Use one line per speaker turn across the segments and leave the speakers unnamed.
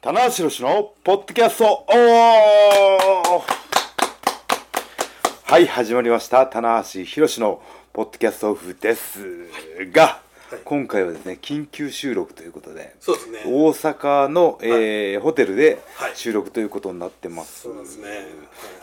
棚橋宏のポッドキャストオフはい始まりました棚橋宏のポッドキャストオフですが、
はい
今回はですね緊急収録ということで
そうですね。
大阪の、えーホテルで
はい
収録ということになってます、
そうなんですね。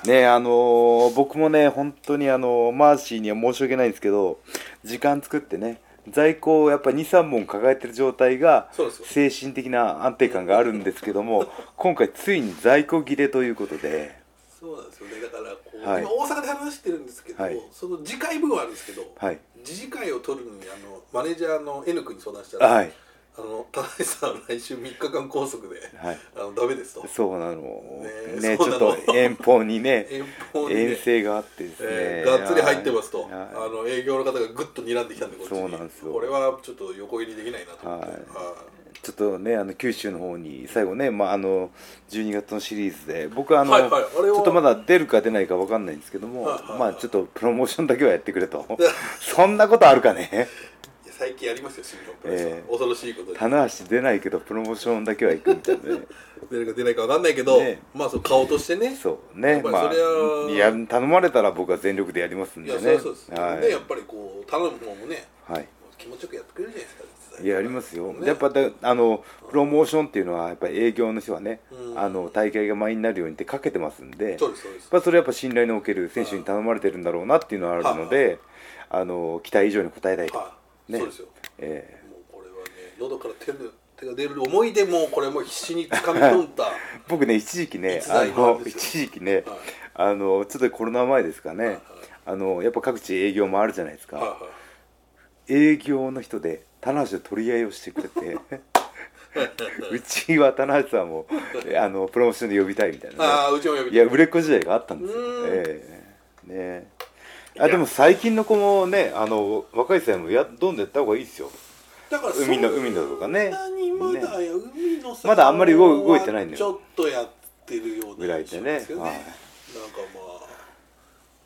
ねあのー僕もね本当にあのーマーシーには申し訳ないんですけど時間作ってね在庫をやっぱ23本抱えてる状態が
そうです
精
よ
神的な安定感があるんですけども今回ついに在庫切れということで
そうなんですよね。だからこう、
はい
今大阪で話してるんですけど、
はい
その次回部はあるんですけど、
はい
次次回を取るのにあのマネージャーの N 君に相談したら、
はい
あの田中さん来週3日間拘束で、
はい
あのダメですと。
そうなの
ね
ねち
そう
ょ
な
っ
の
と遠方にね
遠方にね
遠征があってですね、
えー、がっつり入ってますと、
はい
あの営業の方がぐっと睨んできたんでこっちに
そうなんですよ
これはちょっと横入りできないなと思って、
はい
は
ちょっとねあの九州の方に最後ね、まあ、あの12月のシリーズで僕はあの、
はいはいあれ
ち
は
ょっとまだ出るか出ないかわかんないんですけども、
はいはいはい
まあちょっとプロモーションだけはやってく れとそんなことあるかね
いいや最近ありますよ新日本プロレスは、
えー
恐ろしいことに
棚橋出ないけどプロモーションだけは行くみたいなね
出るか出ないかわかんないけど、
ね
まあその顔としてね
そう
や
ね
っぱり
ま
それは
あいや頼まれたら僕は全力でやりますん
い
で
や
ね
そうそうです、
は
でやっ
い、
ぱりこう頼む方もね
はい、
気持ちよくやってくれるじゃないですか実際
いやありますよ、
ね
やっぱだあのプロモーションっていうのはやっぱ営業の人はね、
うん
あの大会が前になるようにってかけてますんで
そうですそうです
まあ、それはやっぱ信頼のおける選手に頼まれてるんだろうなっていうのはあるので、あの期待以上に応えたいと、
はい、
ね
そうですよ
え
もうこれはね喉から手の手が出る思い出もこれも必死に掴み取 った、
え僕ね一時期ね
逸
あ
材なん
の
ですよ
一時期ね、
はい
あのちょっとコロナ前ですかね、
はいはい
あのやっぱ各地営業回るじゃないですか、
はいは
営業の人で棚橋の取り合いをしてくれ てうちは棚橋さんもえあのプロモーションで呼びたいみたい
い、
な、
ああうちも呼び
ね、いや売れっ子時代があったんですよ、
うん
ええねえあでも最近の子もねあの若い世代もやどんどんやった方がいいですよ
だから
海の海のとかね
そんなにまだ、海のさ
まだあんまり動動いてないんだよ
ちょっとやってるよう
ぐら
ない印
で
象
ね
ですけどね
はい
なんか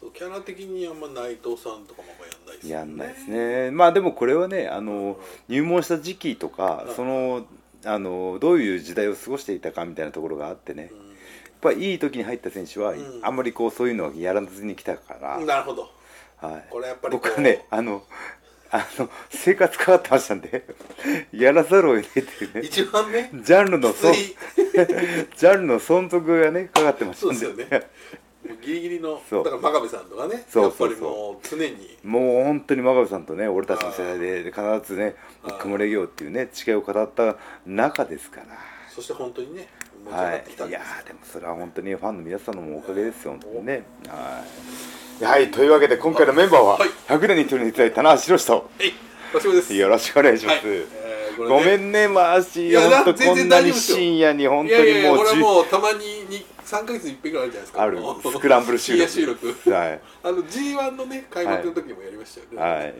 まあキャラ的にあんま内藤さんとかもあんまやんないですよね
やんないですねまあでもこれはねあの入門した時期とか
うん
そのあのどういう時代を過ごしていたかみたいなところがあってねやっ
う
ぱいい時に入った選手は
ん
あんまりこうそういうのをやらずに来たから、
んなるほど
はい、
これやっぱりこう
僕はねあのあの生活変わってましたんで やらざるを得ないっていうね
一番ね
ジャンルの
き
そ
つ
ジ
い
ャンルの存続がねかかってました
そうんで
です
よねもうギリギリの
そう
だから真壁さんとかね
そうそうそう
やっぱりもう常に
もう本当に真壁さんとね俺たちの世代で必ずね「
あー
僕もレギオ」っていうね誓いを語った中ですから。
そして本当にね持ち上
は
が
い
ってきた、ん
い
で
や
すよ
ーでもそれは本当にファンの皆さんのおかげですよ、本当にね。はい、はい、というわけで今回のメンバーは
はい
100年に一人に伝え棚橋宏と
はいおしぶりです
よろしくお願いしま
は
す
い、。えーこれね
ごめんねマーシ
い
ー
や
本当
全然
こんな
大丈夫
に
ですよ
深夜に本
い
当
やい
に
やいや
もう
これは
10
もうたまにに3か月に1回ぐらいあるじゃないですか
あるスクランブル収録
深夜収録
はい
あの G1 のね開幕の時もやりましたよね
はい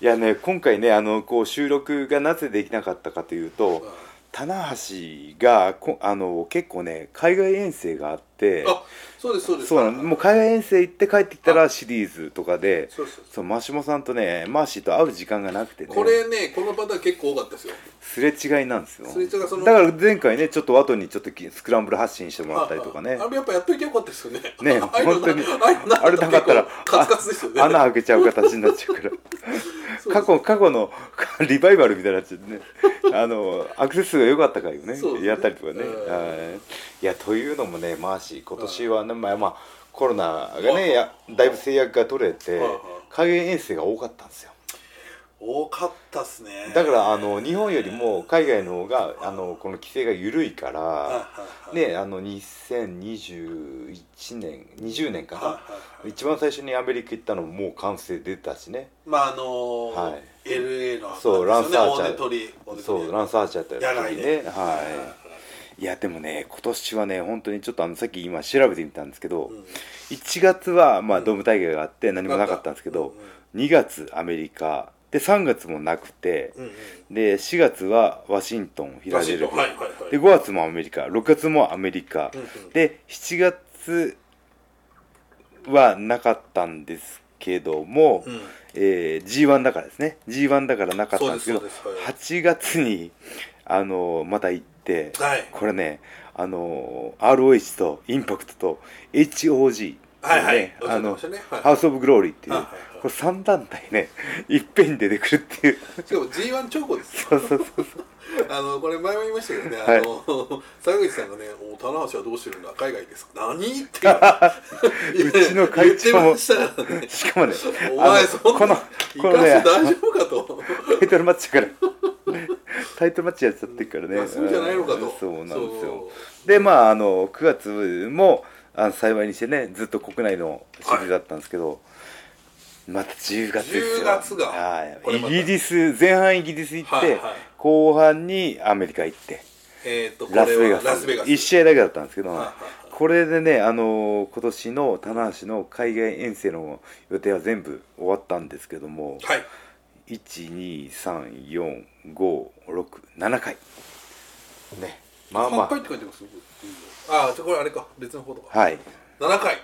いやね今回ねあのこう収録がなぜできなかったかというと
はい
棚橋がこあの結構ね海外遠征があって
あそうですそうです
そうなのもう海外遠征行って帰ってきたらシリーズとかで
そうそうそう
そうマシモさんとねマーシーと会う時間がなくてね
これねこのパターン結構多かったですよ
すれ違いなんですよ
すれ違いその
だから前回ねちょっと後にちょっときスクランブル発信してもらったりとかね
ああれやっぱやっといてよかったですよね
ね
ああいうの
本当に
ああいうのな
あれなかったら
結構カツカツですよね
穴開けちゃう形になっちゃうから
そう
過去過去の リバイバルみたいになっちゃ ってねあのアクセス数が良かったからよね
そうですね
やったりとかね、
うん
はいいやというのもねまあし今年はね、まあまあコロナがねやだいぶ制約が取れて
はいはい
海外遠征が多かったんですよ
多かったっすね
だかららあの日本よりも海外の方があのこの規制が緩いから、ね、あの2021年20年かな、
はいはいはい
一番最初にアメリカ行ったのももう完成出たしね
まああのー
はい
LA の
そうランサーチャー
大手取り大手取り
そうランサーチャーって
や
や
ら
つ
い
ね
ね
はいいやでもね今年はね本当にちょっとあのさっき今調べてみたんですけど、
うん
1月はまあドーム大会があって何もなかったんですけ
う
ど
ん、
2月アメリカで3月もなくて、
うんうん
で4月はワシントンフィラデルフィア、
はいはいはい
で5月もアメリカ6月もアメリカ、
うんうん
で7月はなかったんですけども、
うん
えー、G1 だからですね G1 だからなかったんですけど
そうですそうですはい
8月にあのまた行っって、
はい
これねあの ROH とインパクトと HOG
はいはい
ねあ
お
の
っしゃってましたねはい
ハウス・オブ・グローリーっていう、
はいはいはい
これ3団体ねいっぺんに出てくるっていう
しかも G1 チョコですよ
そうそうそう
あのこれ前も言いましたけどね、
はい
あの 坂口さんがね「お棚橋はどうしてるんだ海外ですか何?」って言う
うちの会長も
言ってましたからね
しかもね
お
あ
前
の
そんな
このこのね
生かして大丈夫かと
タイトルマッチからタイトルマッチやっちゃってるからね
休みじゃないのかと
そうなんですよでまああの9月もあの幸いにしてねずっと国内のシリーズだったんですけど、また10月です
10
よ
月がこれ
は
ま
い
た
イギリス前半イギリス行って、
はいはい
後半にアメリカ行って
えっ、とこれ
ラスベガ
は
ス
ラスベガス
1試合だけだったんですけど、
はいはい
これでねあの今年の棚橋の海外遠征の予定は全部終わったんですけども、
はい
1234567回ねまあ
8
ま
回って書いてますよああじゃあこれあれか別のこと
あ
か、
はい
7回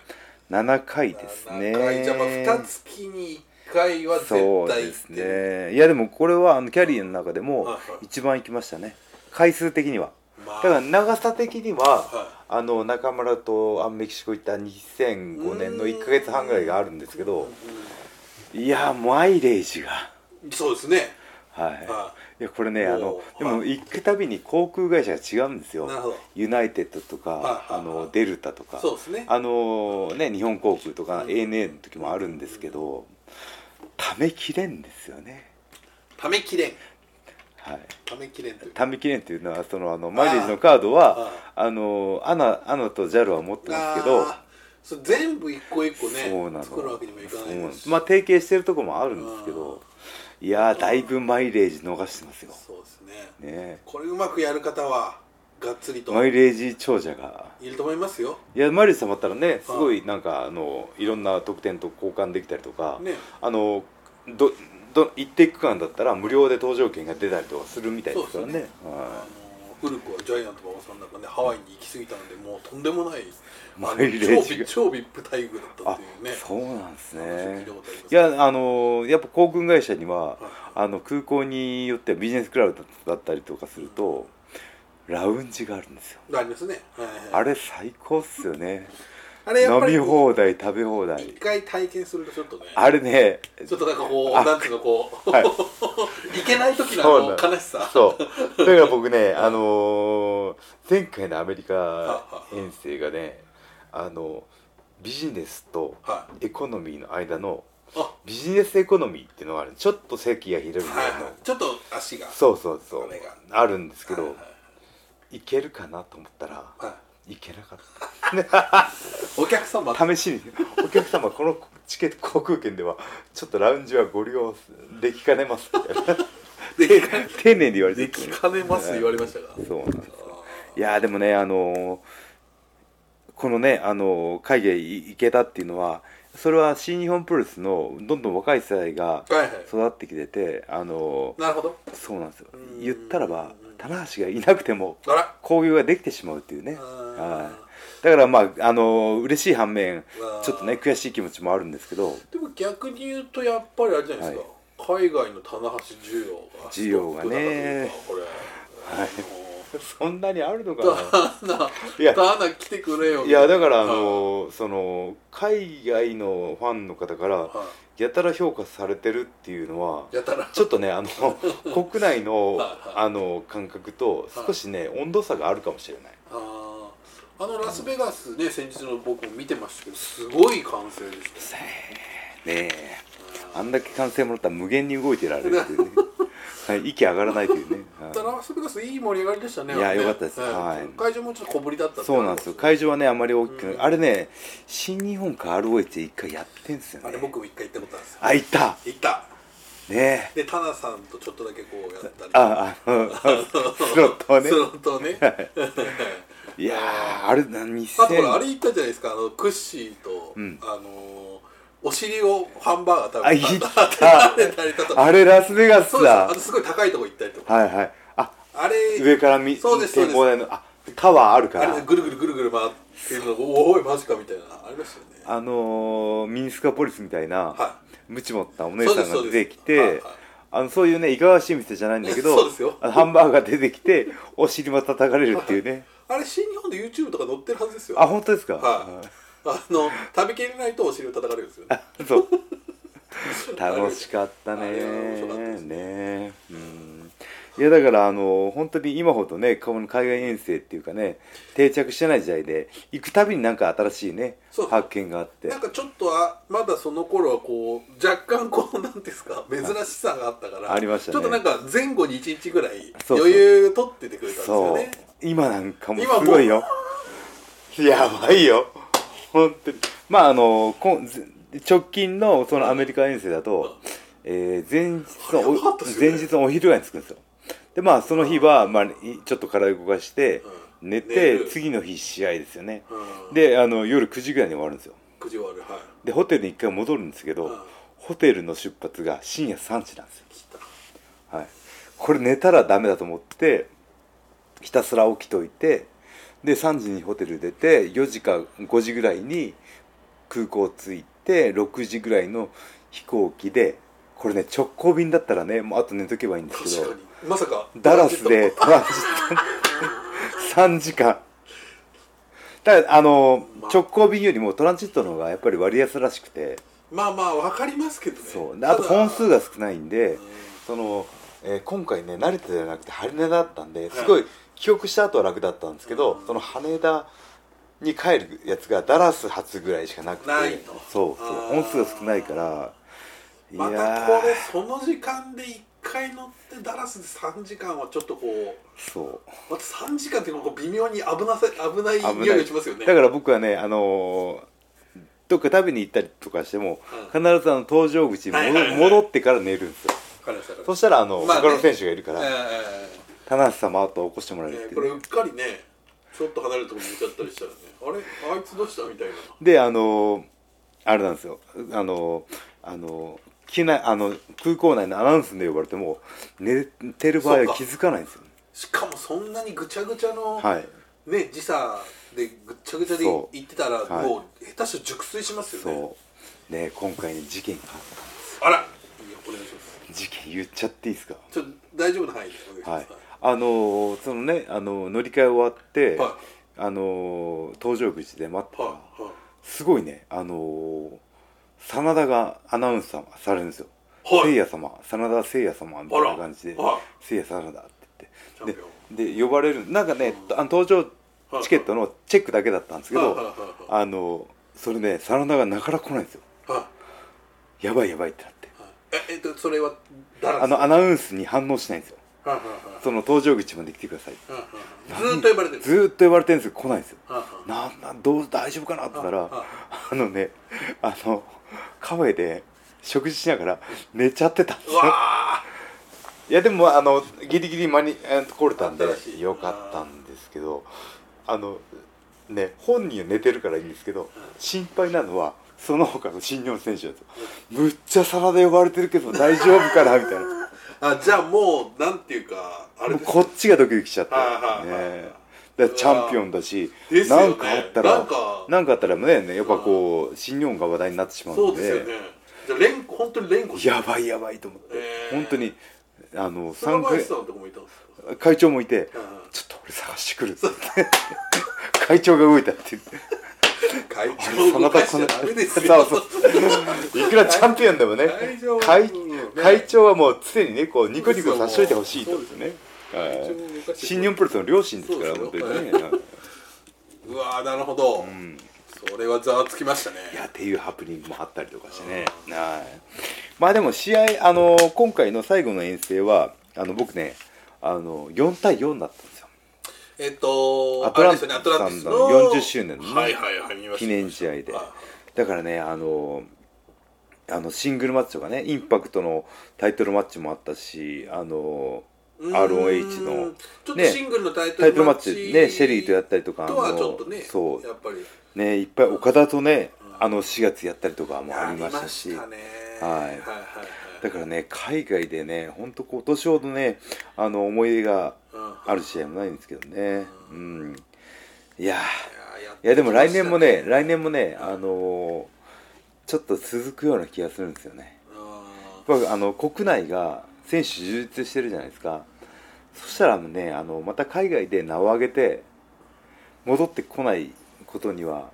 7回ですね
7回じゃあまあ2月に1回は絶対
そ
行
う
ってる
ですねいやでもこれはあのキャリアの中で
はい
も
はい
一番行きましたね回数的には
ま
だ
あ
から長さ的に
はい
はあの中村とあメキシコ行った2005年の1か月半ぐらいがあるんですけどいやマイレージが
そうですね
はい、、
はい
やこれねあの
もう
でも
は
行くたびに航空会社が違うんですよ
なるほど
ユナイテッドとか、
はいはい
あのデルタとか
そうですね
あのね日本航空とか ANA の時もあるんですけどためきれんですよね
ためきれん
はい
ためきれんという
ためきれんっていうのはそのあのマイレージのカードはあのアナアナと JAL は持ってますけど
あーそう全部一個一個ね
そうなの
作るわけにもいかないです
そうまあ提携してるとこもあるんですけどいやーだいぶマイレージ逃してますよ
そうですね
ね
これうまくやる方はがっつりと
マイレージ長者が
いると思いますよ
いやマリウスさんだったらねすごいなんかあのいろんな特典と交換できたりとか、
ね
あのどど一定区間だったら無料で搭乗券が出たりとかするみたいですからね
そうですあ
は
の古くはジャイアント馬場さんなんかねハワイに行き過ぎたのでもうとんでもないあの
マイレー
超
ジが
ビ超ビップ待遇だった
い
っていうね
あそうなんです
話を聞
ね
いたことあります
いやあのやっぱ航空会社には、
は
あの空港によってはビジネスクラウドだったりとかすると、ラウンジがあるんですよ
ありますね、はいはい
あれ最高っすよね
あれやっ
飲
ぱり
み
こ
放題食べ放
う
題
一回体験するとちょっとね
あれね
ちょっとなんかこう
あ
なんていうかこう、
はい
い、けない時の
そう
あ
な
の悲しさ
そう だから僕ねあのー前回のアメリカ遠征がねあのビジネスと
は
エコノミーの間の
あは
ビジネスエコノミーっていうのがあるちょっと席が広い
い
ぐらいの、
はいちょっと足が
そうそうそう
これが
あるんですけど、
はい
いけるかなと思ったら
はいはい
けなかっ
いお客様
た試しにお客様このチケット航空券ではちょっとラウンジはご利用できかね ますみたいな
で
丁寧に言われて
できかねます言われましたが
そうなんですよいやーでもねあのーこのねあのー海外行けたっていうのはそれは新日本プロレスのどんどん若い世代が
はいはい
育ってきててあの
なるほど
ーそうなんですよ
うん
言ったらば棚橋がいなくても
あら
興行ができてしまうっていうね
あー
はいだからまああのー嬉しい反面
わー
ちょっとね悔しい気持ちもあるんですけど
でも逆に言うとやっぱりあれじゃないですか、海外の棚橋需要が
需要がね
ストップだなと
そんなにあるのか
いう
な
かこれ、あの
いや
棚棚来てくれ よ
いやだからあ
は
のーその海外のファンの方から
いは
やたら評価されてるっていうのはい
やたら
ちょっとねあの 国内の
はいはい
あの感覚と少しね温度差があるかもしれない
あーあのラスベガスね先日の僕も見てましたけどすごい歓声でした
ねえあんだけ歓声もらったら無限に動いてられるって いうね、はい、息上がらないというね、は
ラスベガスいい盛り上がりでしたね
いや
あれね
良かったですはい
会場もちょっと小ぶりだった
い、そうなんですよ
会
会場はねあまり大きくない、
うん
あれね新日本か ROH で一回やってんすよね
あれ僕も一回行ったことあるんですよ
あ行った
行った
ねえ
でタナさんとちょっとだけこうやったり
ああ のスロットをね
スロットをね
いやーあれ何
あとほらあ
0
れ行ったじゃないですかあのクッシーと、
ん
あのーお尻をハンバーガ
あ
ー
行
食べ
った
たりたりとか
あれラスベガス
そうですあ
だ
とすごい高いとこ行ったりとか
はいはいあ
あれ
上から見
そうですそう
展
で
望
す
台のあタワーあるか
あ
ら
れぐるぐるぐるぐる回ってるのがおおいマジかみたいなありましたよね
あのーミニスカポリスみたいな、
は
ムチ持ったお姉さんが
そうですそうです
出てきて、
はいはい
あのそういうねいかがわしい店じゃないんだけど
そうですよ
あのハンバーガー出てきてお尻また叩かれるっていうね
あれ新日本で YouTube とか載ってるはずですよ
あ本当ですか、
はいあの食べきれないとお尻を叩かれるんですよね
い、そう 楽しかったね
あれは面白かったですね
ねうんいやだからあの本当に今ほどねこの海外遠征っていうかね定着してない時代で行くたびになんか新しいね
そう
発見があって
なんかちょっとあまだその頃はこう若干こうなんていうんですか珍しさがあったから
ありましたね
ちょっとなんか前後に1日ぐらい
そうそう
余裕取っててくれたんですよ
そう
ね
今なんかもう
今もう
すごいよやばいよ本当にまああのこんず直近のそのアメリカ遠征だと、えー前日の
あれやばかったっ
お
すよね
前日のお昼ぐらいに着くんですよでまあその日は、まあ、いちょっと体動かして
うん
寝
寝
て
る
次の日試合ですよね
うん
であの夜9時ぐらいに終わるんですよ
くじ割るはい
でホテルに一回戻るんですけ
うん
どホテルの出発が深夜3時なんですよ
来た
はい、これ寝たらダメだと思ってひたすら起きといてで3時にホテル出て4時か5時ぐらいに空港着いて6時ぐらいの飛行機でこれね直行便だったらねもうあと寝とけばいいんですけ
確か
ど
にまさか
ダラスでトランジット3時間だからあの
まあ
直行便よりもトランジットの方がやっぱり割安らしくて
まあまあわかりますけどね
そうであと本数
が
が少ないんでその、えー今回ね慣れてじゃなくて羽田だったんですごい記憶した後は楽だったんですけど、
うん
その羽田に帰るやつがダラス発ぐらいしかなくて
ないと
そうそう
あー
本数が少ないからい
またこれその時間で1回乗ってダラスで3時間はちょっとこう
そう
また3時間っていうのがこう微妙に危なさ危ない
危ない
匂いがしますよね
だから僕はねあのーどっか食べに行ったりとかしても、
うん
必ずあの搭乗口に戻,、
はいはいはい
戻ってから寝るんですよ
わかりましたわかり
そ
まし
したらあの、
まあね
他の選手がいるから、
たええ
田中様あと起こしてもらえるってい
ね
う、
これうっかりねちょっと離れるとこに行っちゃったりしたらねあれあいつどうしたみたいな
であのーあれなんですよあのーあのー機内あの空港内のアナウンスで呼ばれても寝てる場合
そう
は
か
気づかないんですよね
しかもそんなにぐちゃぐちゃの、
はい
ね時差でぐっちゃぐちゃで
そう
行ってたら、
はい
もう下手したら熟睡しますよね
そうね今回ね事件があっ
あらいやお願いします
た事件言っちゃっていいですか
ちょっと大丈夫な範囲でお願いしま
はい
す、
あのーそのねあのー乗り換え終わって、
はい
あのー搭乗口で待ってたら、
はいはい
すごいねあのー真田がアナウンスされるんですよ「
はい
せいや様真田せいや様」みたいな感じで
は
「せいや真田」って
チャン
言っ
ピオン
てでで呼ばれるなんかね
うん
あの登場チケットのチェックだけだったんですけ
はいはい
ど
はいはい
あのそれね真田がなかなか来ないんですよ
は
やばいやばいってなって
いはいええっとそれはダラス
あのアナウンスに反応しないんですよ
はいはい
その登場口まで来てください
はいはいはいずーっと呼ばれてる
ずーっと呼ばれてるんですけど来ないんですよ
はいはい
なんなんどう大丈夫かなって言ったら
あ
あのねあのカフェで食事しながら寝ちゃってたんです
う
よ
わ
いやでもあのギリギリ間にえー来れたんで
新しい
よかったんですけどあのね本人は寝てるからいいんですけど心配なのはその他の新日本選手だとむっちゃサラダ呼ばれてるけど大丈夫かなみたいな
ーあじゃあもうなんていうかあれ
もう
です
こっちがドキドキしちゃってね
はいはいはいはい
だからチャンピオンだし
ですよね
なんかあった
なん
ら
か
なんかあったらねねやっぱこう新日本が話題になってしまう
そ
の
うですよねじゃあ連呼本当に連呼して
やばいやばいと思って、
えー
本当にあの
その
参
林さんのとこもいたんですか
加会長もいて、
うん
ちょっと俺探してくるって 言って会長が動いたって言って
会
真
長
田
動かしちゃダメですよ
そうそういくらチャンピオンでもね
会長
会
うん
会長はもう常にねこうニコニコさせといてほしいと
そうですよ
ねはい
会長も動かして
新日本プロレスの両親ですから
そう
本
で
当
すよ
にね、うん
うわーなるほど、それはざわつきましたね
いやっていうハプニングもあったりとかしてね、はい、まあでも試合あの今回の最後の遠征はあの僕ねあの4対4だったんですよ
えっと
アトラン
あれですよねアトランティスの
アトランティスの40周年のね
はいはいはい見ました
記念試合で
は
だからねあのあのシングルマッチとかねインパクトのタイトルマッチもあったしあの
い
ROH の
うーんちょっと
ね
シングルのタイト
タイト
ル
ル
マ
マ
ッ
ッ
チ
チねシェリーとやったりとか
とは
あの
ちょっとね
そう
やっぱり
ねいっぱい岡田とねあの4月やったりとかもありましたし
やりね
はい
はいはい
だからね海外でねほんと今年ほどねあの思い出が
はい
ある試合もないんですけどねうんいやー
うんいや
いやでも来年も
やっ
ね
てきました
来年もねあのーちょっと続くような気がするんですよね
うん
やっぱあの国内が選手充実してるじゃないですかそしたらねあのまた海外で名を上げて戻ってこないことには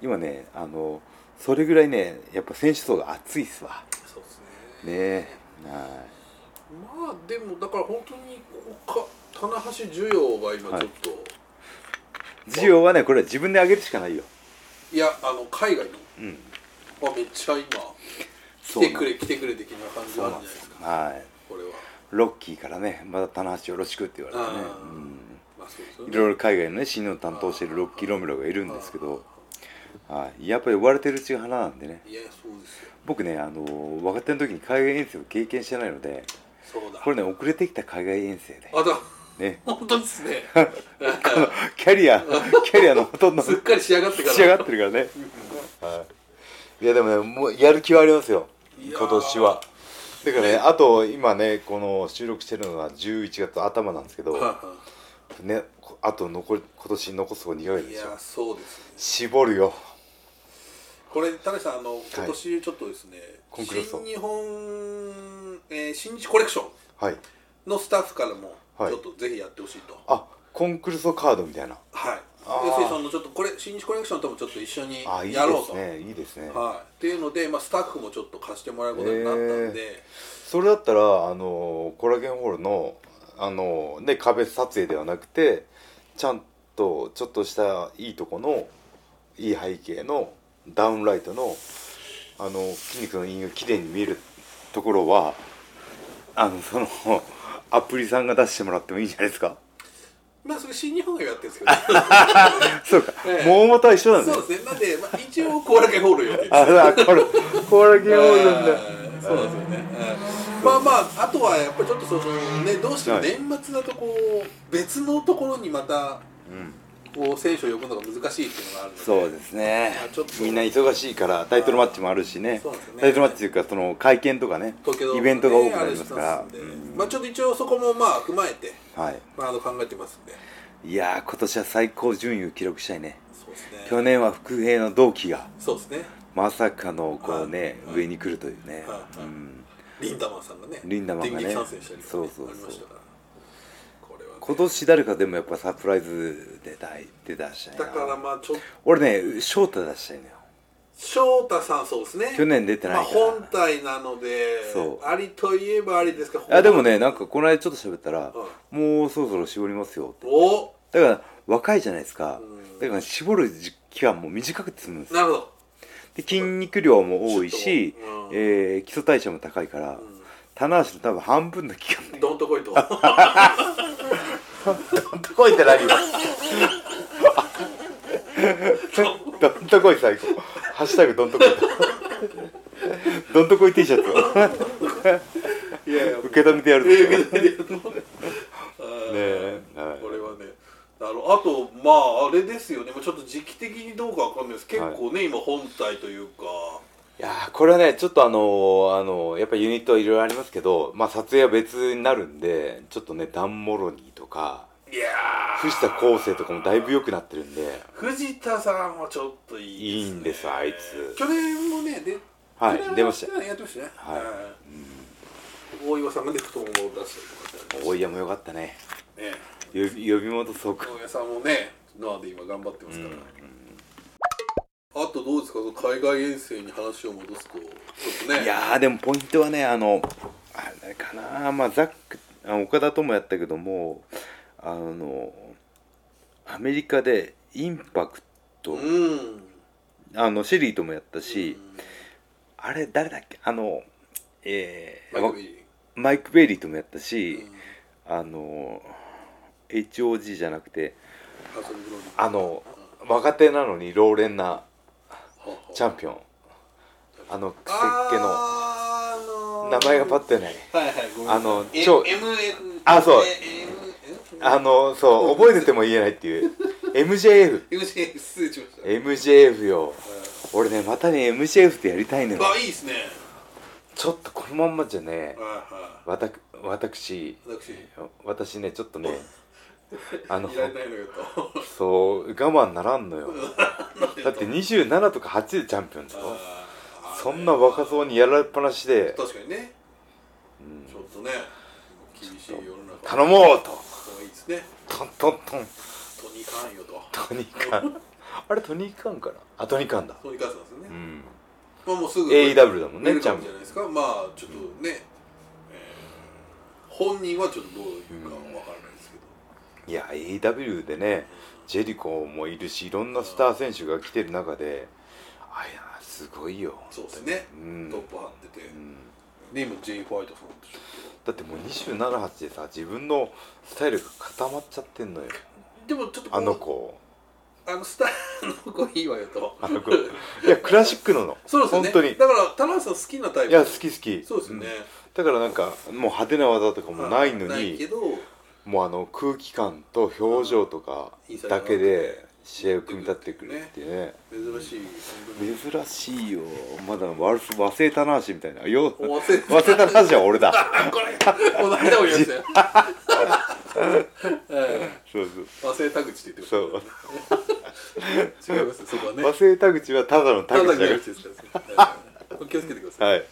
今ねあのそれぐらいねやっぱ選手層が厚いっすわ
そうですね
ねえは
まあでもだから本当にここか棚橋需要が今ちょっと、
い需要はねこれは自分で上げるしかないよ
い、やあの海外の、
うん
あめっちゃ今来
そう
て
なん
くれ来てくれ的な感じ
そ
があ
う
る
なん
んじ
で
ゃないですすか
よはい
これは
ロッキーからねまだ棚橋よろしくって言われてね
あーまあそうですよ
うん
ね
いろいろ海外のね新日本担当してるロッキー・ロメロがいるんですけどはいやっぱり呼ばれてるうちが花なんでね
いやそうですよ
僕ねあの若手の時に海外遠征を経験してないので
そうだ
これね遅れてきた海外遠征で
あだ
ね
本当ですね
キャ リアキャリアのほとんど
すっかり仕上がってから
仕上がってるからね、はい、いやでもねもうやる気はありますよ
いやー
今年はだからねあと今ねこの収録してるのが11月頭なんですけど、
はいは
ね、こあと残り今年残すとこ2ヶ月
いい
でし
や
ょ
そうですね
絞るよ
これ田中さんあの今年ちょっとですね、
コンクルーソ
新日本、えー新日コレクション
はい
のスタッフからも
はい
ちょっとぜひやってほしいと
あコンクルソカードみたいな
はい、
あー
要するにそのちょっとこれ新日コレクションともちょっと一緒に
あいい
や
で
ろう
す
と
ねいいですね
はい、っていうので、まあ、スタッフもちょっと貸してもらうことになったんで、
それだったらあのコラゲンホールのあの、ね、壁撮影ではなくてちゃんとちょっとしたいいとこのいい背景のダウンライトのあの筋肉の陰影が綺麗に見えるところはあのそのアプリさんが出してもらってもいいんじゃないですか
まあそれ新日本がやってるんですけど
そうか、
ええ
もうまたは一緒なんだね
そうですねなんで、まあ、一応後楽園ホール予定です
ああこれコラゲンホールなんだ
えーそうなんですよね、えーまあまああとはやっぱりちょっとそのねどうしても
はい
年末だとこう別のところにまた
うん
こう選手を呼ぶのが難しいっていうのがあるので
そうですね
まあちょっと
みんな忙しいからタイトルマッチもあるしね
そうなんですよね
タイトルマッチというかその会見とかね
東京ドーム
イベントが多くなりますから
あれしてますんでまあちょっと一応そこもまあ踏まえて、
はい
まあ、あの考えてますんで
いやー今年は最高順位を記録したいね
そうですね
去年は福平の同期が
そうですね
まさかのこうね
はい
上に来るというね
は
う
い
ん
リンダマンさんがね
リンダマンがね
電撃参戦したりとかね
そうそうそう
ありましたからこれはね、
今年誰かでもやっぱサプライズで出い出だしたい
だから
な
まあちょっと
俺ね翔太出したいのよ
翔太さんそうですね
去年出てない
まあ、
から
本体なので
そう
ありといえばありですか
いやでもねなんかこの間ちょっと喋ったら
は
もうそろそろ絞りますよって
お
だから若いじゃないですか
うん
だから絞る時期間も短くて済むんですよ
なるほど、
で筋肉量も多いし
ちょっ、とうん
えー基礎代謝も高いから、棚橋の多分半分の期間
う
で
ん、どんとこいと
どんとこいって何よどんとこい最高ハッシュタグどんとこいどんとこい T シャツを
いやいやもう
受け止めてやる
ええ
ね
けどありがとう
えはい
これはねあのあとまああれですよねまあちょっと時期的にどうかわかんないです結構ね、今本体というか
いやーこれはねちょっとあのーあのーやっぱユニットいろいろありますけどまあ撮影は別になるんでちょっとねダンモロニーとか
いや
藤田康生とかもだいぶ良くなってるんで
ー藤田さんはちょっといい
いいんですあいつ
去年もねで
はい
去年
出ました
やってましたね
はい
い大岩さんがね太ももを出したりとかね
大井屋も良かったね
ね
呼び呼び戻そうか
大岩さんもねノアで今頑張ってますから、あとどうですかその海外遠征に話を戻すとちょっとね
いやーでもポイントはねあのあれかなまあザックあ岡田ともやったけどもあのアメリカでインパクト、
うん
あのシェリーともやったし、あれ誰だっけあのえー
マイクビリ
マイク・ベイリーともやった
ー
し
うん、
あの HOG じゃなくて
ハソンブローリー
あの若手なのに老練な
はは
チャンピオンあのクセっ気の
あーあの
名前がパッ
と
と出ない
はいはいごめんなさい
あの
え
超
MF
あそう
え M
あのそう覚えてても言えないって いう MJF
MF 失礼しました
MJF よ俺ねまたね MJF ってやりたいのよ
あいいですね
ちょっとこのまんまじゃね
はいは
わたく私
い私
私ねちょっと ねあの
いられないのよと
そう我慢ならんのよ だって27とか8でチャンピオンだよ
あー
そんな若そうにやられっぱなしで
確かにねちょっとね厳しい世の中
頼もうと
ういいですね
トントントン
トニカンよと
トニカンあれトニカンかなあトニカンだ
トニカンさんですよね、
うん
まあもうすぐ
AEW だもん
出
ね
る
チ
か
ャ
も
ン
じ
ピ
ゃないですかまあちょっとね、えー本人はちょっとどういうかわからないですけ
い
ど、
や AEW でねジェリコもいるしいろんなスター選手が来てる中であいやすごいよ
そうですね、
うん
トップ張ってて、
うん
で今 J ファイトさんでしょ
だってもう27発でさ自分のスタイルが固まっちゃってんのよ
でもちょっとこ
あ
う
の子
あのスターの子いいわよと
あの子いやクラシックなの
そうですよね
本当に
だから田中さん好きなタイプ
いや好き好き
そうですよね、
だからなんかもう派手な技とかもないの
ないけ
に
ど
もうあの空気感と表情とか
インサイドア
だ
ウト
けで試合を組み立ってくるっていうね
珍しい
珍しいよまだワルス忘れたなしみたいなよ
本当に忘れて
忘れたなしは俺だ
これこの間も言いました よえ
そうそう
え忘れ田口って言ってまし
そ
たね
う
違いますよそこはね
忘れた口はただの田
ただ
口
の
だか
口ですから、ね、気をつけてくださ
ら
い、
はい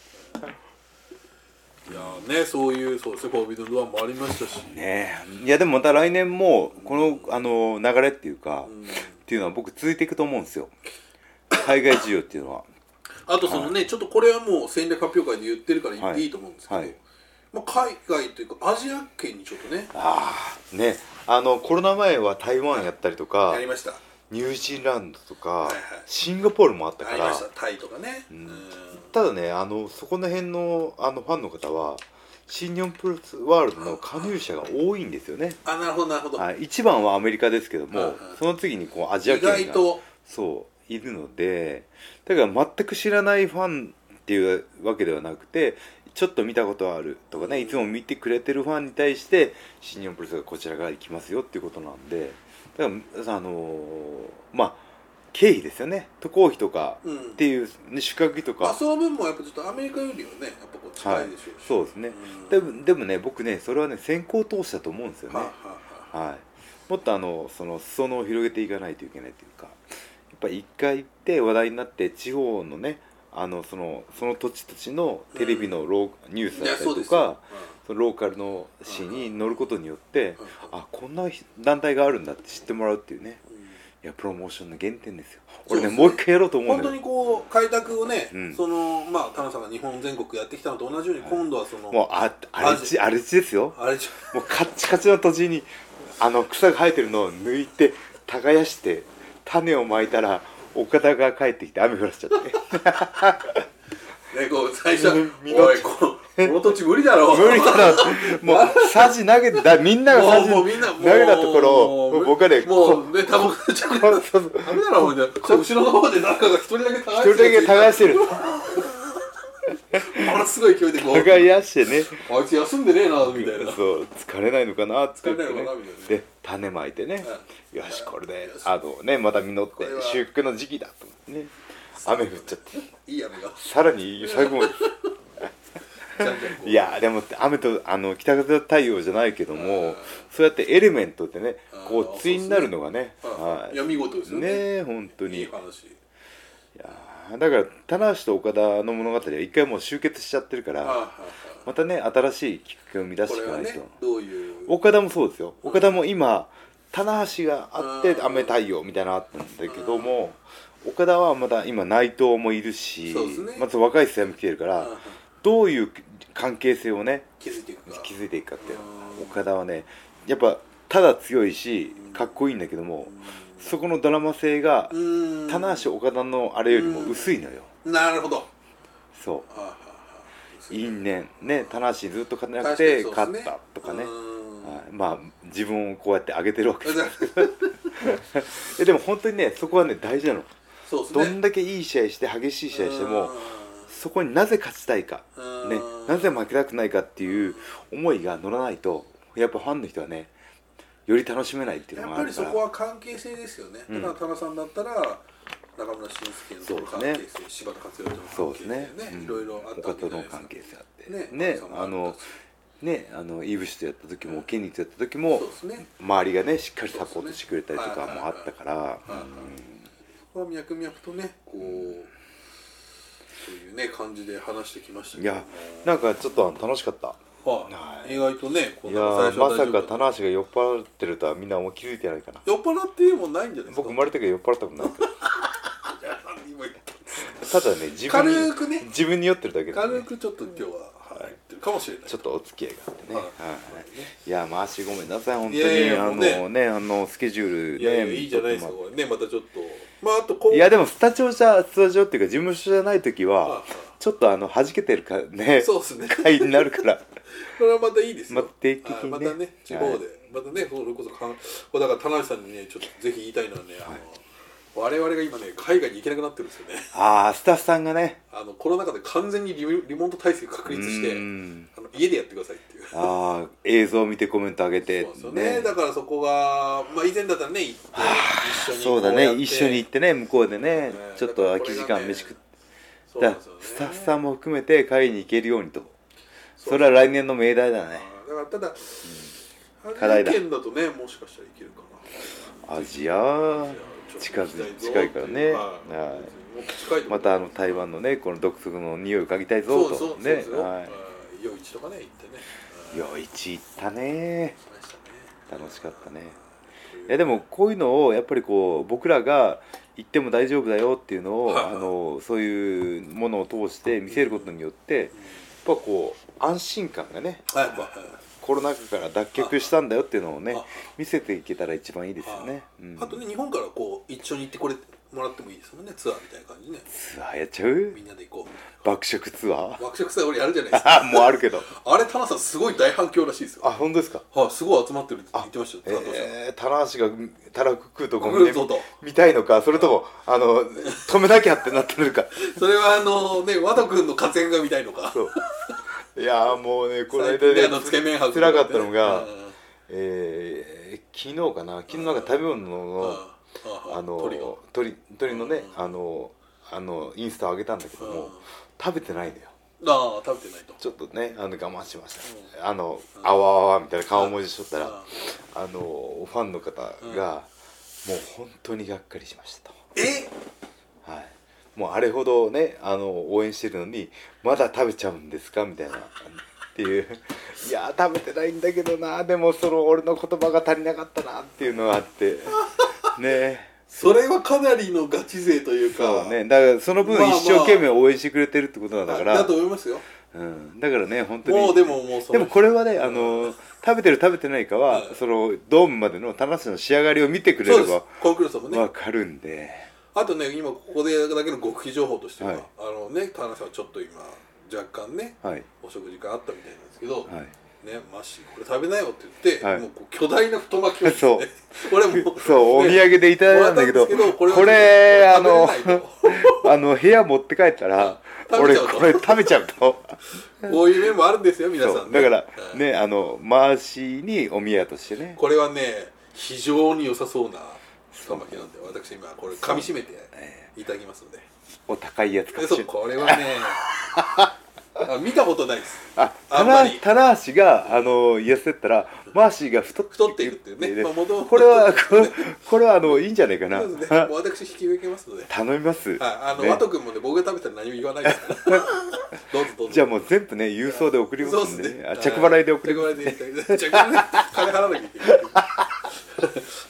い、やーねそういうそうですねフォービドドアもありましたし、
ねえいやでもまた来年もこのあの流れっていうか、
う
っ
ん
ていうのは僕続いていくと思うんですよ海外需要っていうのは
あとそのね、ちょっとこれはもう戦略発表会で言ってるから言っ
は
て
い
いいと思うんですけど、
はい
まあ、海外というかアジア圏にちょっとね
ああねあのコロナ前は台湾やったりとか
やりました
ニュージーランドとか、
いはい
シンガポールもあった
あ
か
りま
ら
したタイとかね、うん
ただねあのそこの辺のあのファンの方は新日本プロレスワールドの加入者が多いんですよね、
あなるほどなるほど、
はい、一番はアメリカですけど
はいは
も
い
その次にこうアジア
意
圏が
外と
そういるのでだから全く知らないファンっていうわけではなくてちょっと見たことあるとかねいつも見てくれてるファンに対して新日本プロレスがこちらから行きますよっていうことなんでだからあのーまあ経費ですよね渡航費とか
うん
っていう、ね、宿泊費と
まあ
か
その分もやっぱちょっとアメリカよりはねやっぱこう近いでしょうし、
そうですね
うん
でもでもね僕ねそれはね先行投資だと思うんですよね
はあ、はあは
はい、もっとあのその裾野を広げていかないといけないというかやっぱり一回行って話題になって地方のねあのそのその土地土地のテレビのロー、ニュース
あ、い
だ
や
ったり
そう
と
ですよ、
かそのローカルの市に乗ることによって
うんうん
あこんな団体があるんだって知ってもらうっていうね
うん
いやプロモーションの原点ですよ
そう
俺
で
ね
すね
もう一回やろうと思うん
本
だ
当
よ
にこう開拓をね、
うん
そのまあ田中さんが日本全国やってきたのと同じように、今度はその、
もうあ荒れ地荒れ地ですよ
あれじ
もうカッチカチの土地にあの草が生えてるのを抜いて耕して種をまいたら岡田が帰ってきて雨降らしちゃって
ゃねこう最初「
みみの
おいこのこの土地無理だろ」
無理だ なもうさじ投げてだみんながさじ
もう
投
もうみんなもう
げたところを僕はね
も
こ
うねタバコ吸っちゃう
うこうそうそう
ダメだろお前じゃあ後ろの方で誰かが一人だけ
一
耕
人だけ耕
し
してる
てものすごい勢いでこうあ
耕してね
いつ休んでねえなみたいな
そう疲れないのかなって言って
疲れない
ね
のかなみたいなね
で種まいてねよしこれであのねまた実って
れは
収穫の時期だと思ってね雨降っちゃって
い い雨が
さらに最後まで
じゃんじゃんこう
いやーでも雨とあの北風太陽じゃないけど
うん
もそうやってエレメントってね
うん
こう対になるのがね
は
はいい
いや見事ですよ
ね
ね
え本当に
いい
いや
話
ーだから棚橋と岡田の物語は一回もう集結しちゃってるか
はいはい
ら
はい
またね新しいきっかけを生み出し
こ
てい
れ
か
は
ない
ね
と
どういう
岡田もそうですよ岡田も今棚橋があっ
う
て
ん
雨太陽みたいなのあったんだけども岡田はまだ今内藤もいるし
そうですね
まず若い世代も来てるから
うん
どういう関係性をね
気づいていくか
気づいていくかっていう
うん
岡田はねやっぱただ強いしかっこいいんだけどもそこのドラマ性が
うん
棚橋岡田のあれよりも薄いのよ
なるほど
そ
はいは
う
いはい
因縁ね棚橋にずっと勝てなく
確かに
て
そうです
勝
ね
ったとかね
うん
はいまあ自分をこうやって上げてるわけです
だ
えでも本当にねそこはね大事なの
そうですね
どんだけいい試合して激しい試合してもそこになぜ勝ちたいか
うん
ねなぜ負けたくないかっていう思いが乗らないとやっぱファンの人はねより楽しめないっていう
や
の
っ
がある
ぱり
か
そ
ら
こは関係性ですよね、
うん
だから田中さんだったら中村俊輔の関係性、柴田勝頼と
そ
の
う
関
で
係
す
性ね
ね。うん
いろいろあったわけじ
他と
ゃない
の
ですか
関係性あって
ね
ね
田中さ
あ
んもあっ
の
たし
ねあのイブシとやった時もケニーとやった時も
そうですね
周りがねしっかりサポートしてくれたりとかもあったから
はいはいそこは脈々とねこう、そういうね感じで話してきました
い
けども
やなんかちょっと楽しかった
は
はい
い、意外とねこ
い
ん
や
な最
ー
初は
ま
大
さ
丈
か
夫
棚橋が酔っ払ってるとはみんなもう気づいてないかな
酔っ払ってもないんじゃないですか
僕生まれてから酔っ払ったことないけど
今言った
ただね自分
軽
に
くね
自分に酔ってるだけで、
軽
ね、
くちょっと今日は入ってるかもしれない
ちょっとお付き合いがあってね、
は
はいいい、やーまあ足ごめんなさい本当に
いやいやいや
あの
もう
ねあのスケジュール
いやいや
ね
いいじゃないですか
ちょっ
これねまたちょっとまああとこ
と
う
いやでもスタジオじゃスタジオっていうか事務所じゃない時
あ
はちょっとあの弾けてるか
あ
ね
そうですね
会になる から
これはまたいいですよ、
また定期的にね
はいまたね地方で、
はい
またねそれこそかんこれだから田辺さんにねちょっとぜひ言いたいのはねあの、我々が今ね海外に行けなくなってるんですよね
ああスタッフさんがね
あのコロナ禍で完全にリモリモート体制確立して
うん
あの家でやってくださいっていう
ああ映像を見てコメント上げて
そうですよねだからそこが、まあ、以前だったらね行って一緒に
そうだ
こやっ
ね
て
一緒に行ってね向こうでね
ね
ちょっと空き時間飯食ってだからスタッフさんも含めて会に行けるようにとそれは来年の命題だね
だからただ、
課題だ
意見だとねもしかしたらいけるか
アジア
な
近づい近いからね
はい
は
もっと近いとこ
またあの台湾のねこの独特の匂いを嗅ぎたい
そう
ぞ
そうそ
と
うで
ね
すよ
は
はい夜市とかね行ってね
い夜市行ったね
しましたね
楽しかったね
という
いやでもこういうのをやっぱりこう僕らが行っても大丈夫だよっていうの
はい
を
はい
あのそういうものを通して見せることによってやっぱこう安心感がね
はいはいはい
コロナ禍から脱却したんだよっていうのをね
あ
見せていけたら一番いいですよね、うん
あとね日本からこう一緒に行ってこれもらってもいいですもんねツアーみたいな感じね
ツアーやっちゃう
みんなで行こうみたい
爆食ツアー
な学食祭俺やるじゃないですか
あもうあるけど
あれ田中さんすごい大反響らしいですよ
あ本当ですか
はいすごい集まってるって言ってましたよ担当者
えー、棚橋がたらく食うとこ
食う
見て
ぞと
見たいのかそれともあの止めなきゃってなってるか
それはあのね和田君の活躍が見たいのか
そういやーもうねこの間
最近ね
ね
あのつけ麺博
つらかったの
う
が
んうん、
えー昨日かな昨日なんか食べ物
うん
のあの
鳥を
鳥鳥のね
うん
あのあのインスタ上げたんだけど
うん
も食べてないんだよ
ああ食べてないと
ちょっとねあの我慢しました、あのあわあわみたいな顔文字しとったら、
うん
あのファンの方が、もう本当にがっかりしましたと
え
はいもうあれほどねあの応援してるのにまだ食べちゃうんですかみたいなっていういや食べてないんだけどなでもその俺の言葉が足りなかったなっていうのがあってね
それはかなりのガチ勢というか
そうねだからその分
まあまあ
一生懸命応援してくれてるってことなんだから、
だと思いますよ
うん、だからね本当に
もうでももうそ
で
の
もこれはね、あの食べてる食べてないかは、
うん
そのドームまでの田中さんの仕上がりを見てくれ
そう
れ
です
ば
コンクルーソンもね
わかるんで、
あとね今ここでだけの極秘情報としては、
はい
あのね田中さんはちょっと今若干ね
はい
お食事会あったみたいなんですけ
は
ど、ねマッシーこれ食べなよって言って、
はい
もうこう巨大な太巻きを、ね、
そう
俺も
い、 そうお土
ね
産でいただいたんだけど
もらったんですけどこ
こ
れ
れ
は
あの
食べれないと
あの部屋持って帰ったら
食
俺
べちゃうと
これ食べちゃうと
こういう面もあるんです よ皆さ
そ
ん
う
ね、
だから
うん
ねあの回しにお宮としてね
これはね非常に良さそうな太巻きなんで私今これ噛み締めていただきますので
お高いやつか
で
も
そ
し
う
れない
これはね あ見たことないです
あ
あ
た
んま
ら
り
棚橋があの痩せてったらマーシーが太って
太っていくっていうねまあ元々
これはこれこれはあのいいんじゃないかな
そうですねもう私引き受けますので
頼みます、
はい、あの、
ね
ワト君もね、僕が食べたら何も言わ ないですから。どうぞどうぞ。
じゃあもう全部ね郵送で送り
そ
ま
う
すん
で
です
ね
ね。あ着払いで送り
着
ま
払いで。着払いで金払わなきゃいけない。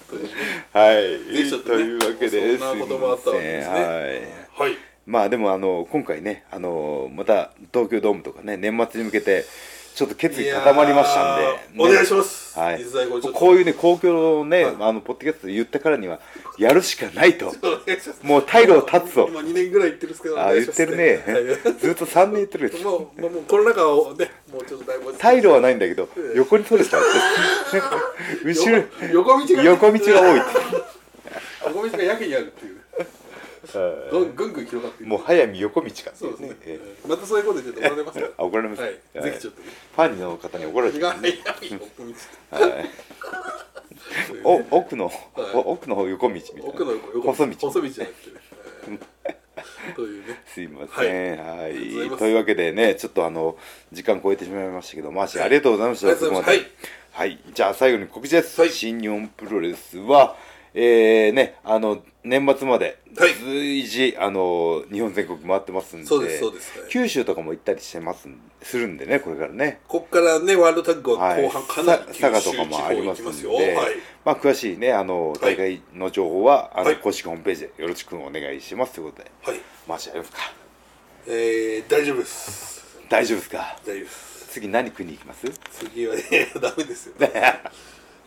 というね
す はい
ぜひちょっと
と
ね
いうわけです
そんなこともあったわけですね。
いませんはい
はい。
まあでもあの今回ねあのまた東京ドームとかね年末に向けてちょっと決意固まりましたんで、
いやーお願いします。
はい
実際これちょっと
こういうね公共のね、あのポッドキャストで言ったからにはやるしかないと
お願いします
もう退路を断つぞ
今2年ぐらい言ってるんですけど、お
あ
願い
言っ
します
てるね
は
ずっと3年言ってる
いもう、もうもうコロナ禍をね、もうちょっとだいぶ。
退路はないんだけど
うん
横に取れたって後ろ
横横道が
横道が多いって
横道がやけにあるっていう。どんぐんぐん広がっていく
もう早見横道かって
そ
いうう
ですね
ね。ええ
またそういうこと言って怒られますから。
あ怒られます
はい。ぜひちょっとね。
ファンの方に怒られ
気
て
が
る、
早
ね
い、横道。
はい、お奥の、お奥の方横道みたいな
奥の横
細道
細道じゃなくてね。はいというね。
すいませんはい、
ありがとうございます
というわけでねちょっとあの時間超えてしまいましたけどマーシーありがとうございました
ありがとうございます
そこまではい、じゃあ最後に告知です、
はい
新日本プロレスは、えーね、あの年末まで
はい
随時、あの日本全国回ってますんで
そうですそうです、はい、
九州とかも行ったりしてますんするんでねこれからね、
こっからねワールドタッグは
は
後半
い
かなり
さ
九州
佐賀とか
地
も
方
あり
行
ま
き
す
ますよ
んで
はい
まあ、詳しいねあの
はい
大会の情報は、あ
は
の
い
公式ホームページでよろしくお願いしますということで
はい
マーシャやりますか
えー、大丈夫です
大丈夫ですか
大丈夫です
次何国行きます
次はねダメですよ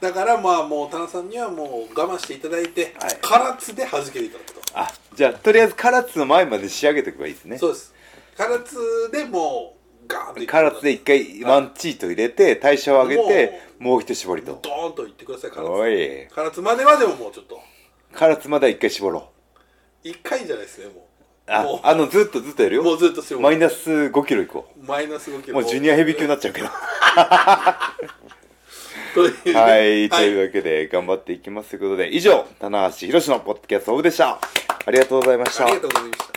だからまあもう炭酸にはもう我慢していただいて、
はい
唐津で弾けていただくと
あじゃあとりあえず唐津の前まで仕上げておけばいいですね
そうです唐津でもうガーンといってくださ
唐
い
津で一回ワンチート入れて代謝を上げてもう一絞りと
ドーンと行ってください唐
お
津
い
唐津まではでももうちょっと
唐津までは一回絞ろう
一回じゃないですねもう
あ
もう
あのずっとずっとやるよ
もうずっとする
マイナス5キロいこ
マイナス5キ
う
ロ
もうジュニアヘビー級になっちゃうけど
という
はいと
はい
いうわけで頑張っていきますということで以上棚橋宏のポッドキャストオブでしたありがとうございました
ありがとうございました